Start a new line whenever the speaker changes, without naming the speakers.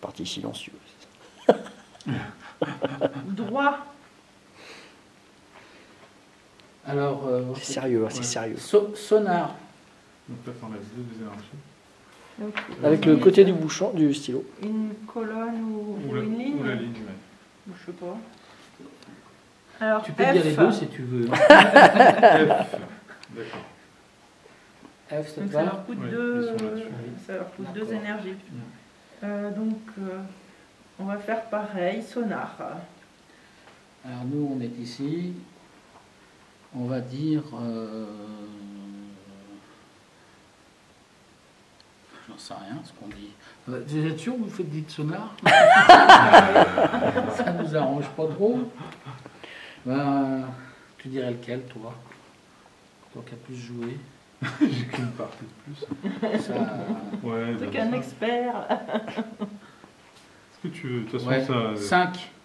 partie silencieuse.
Droit.
Alors. euh,
C'est sérieux, hein, c'est
ouais.
sérieux.
So- sonar.
Donc là, t'en laisses deux des énergies.
Donc,
Avec le côté du bouchon, du stylo.
Une colonne ou,
Ou
ou
la,
une ligne
ou la ligne, ouais.
Ou Je sais pas. Alors,
Tu peux
F,
dire les deux si tu veux.
F. D'accord.
F, ça te
donc ça
va
leur coûte
Ouais,
deux,
ils sont là-dessus.
ça leur coûte
D'accord.
deux énergies. Euh, donc, euh, on va faire pareil, sonar.
Alors nous, on est ici. On va dire. euh, J'en sais rien ce qu'on dit. Euh, Vous êtes sûr que vous faites dites sonar Ça nous arrange pas trop. Ben, tu dirais lequel, toi Toi qui as plus joué.
J'ai qu'une partie de plus.
Ça,
Ouais,
Donc,
bah,
un
ça.
expert.
Est-ce que tu veux De toute façon, ça. euh,
5.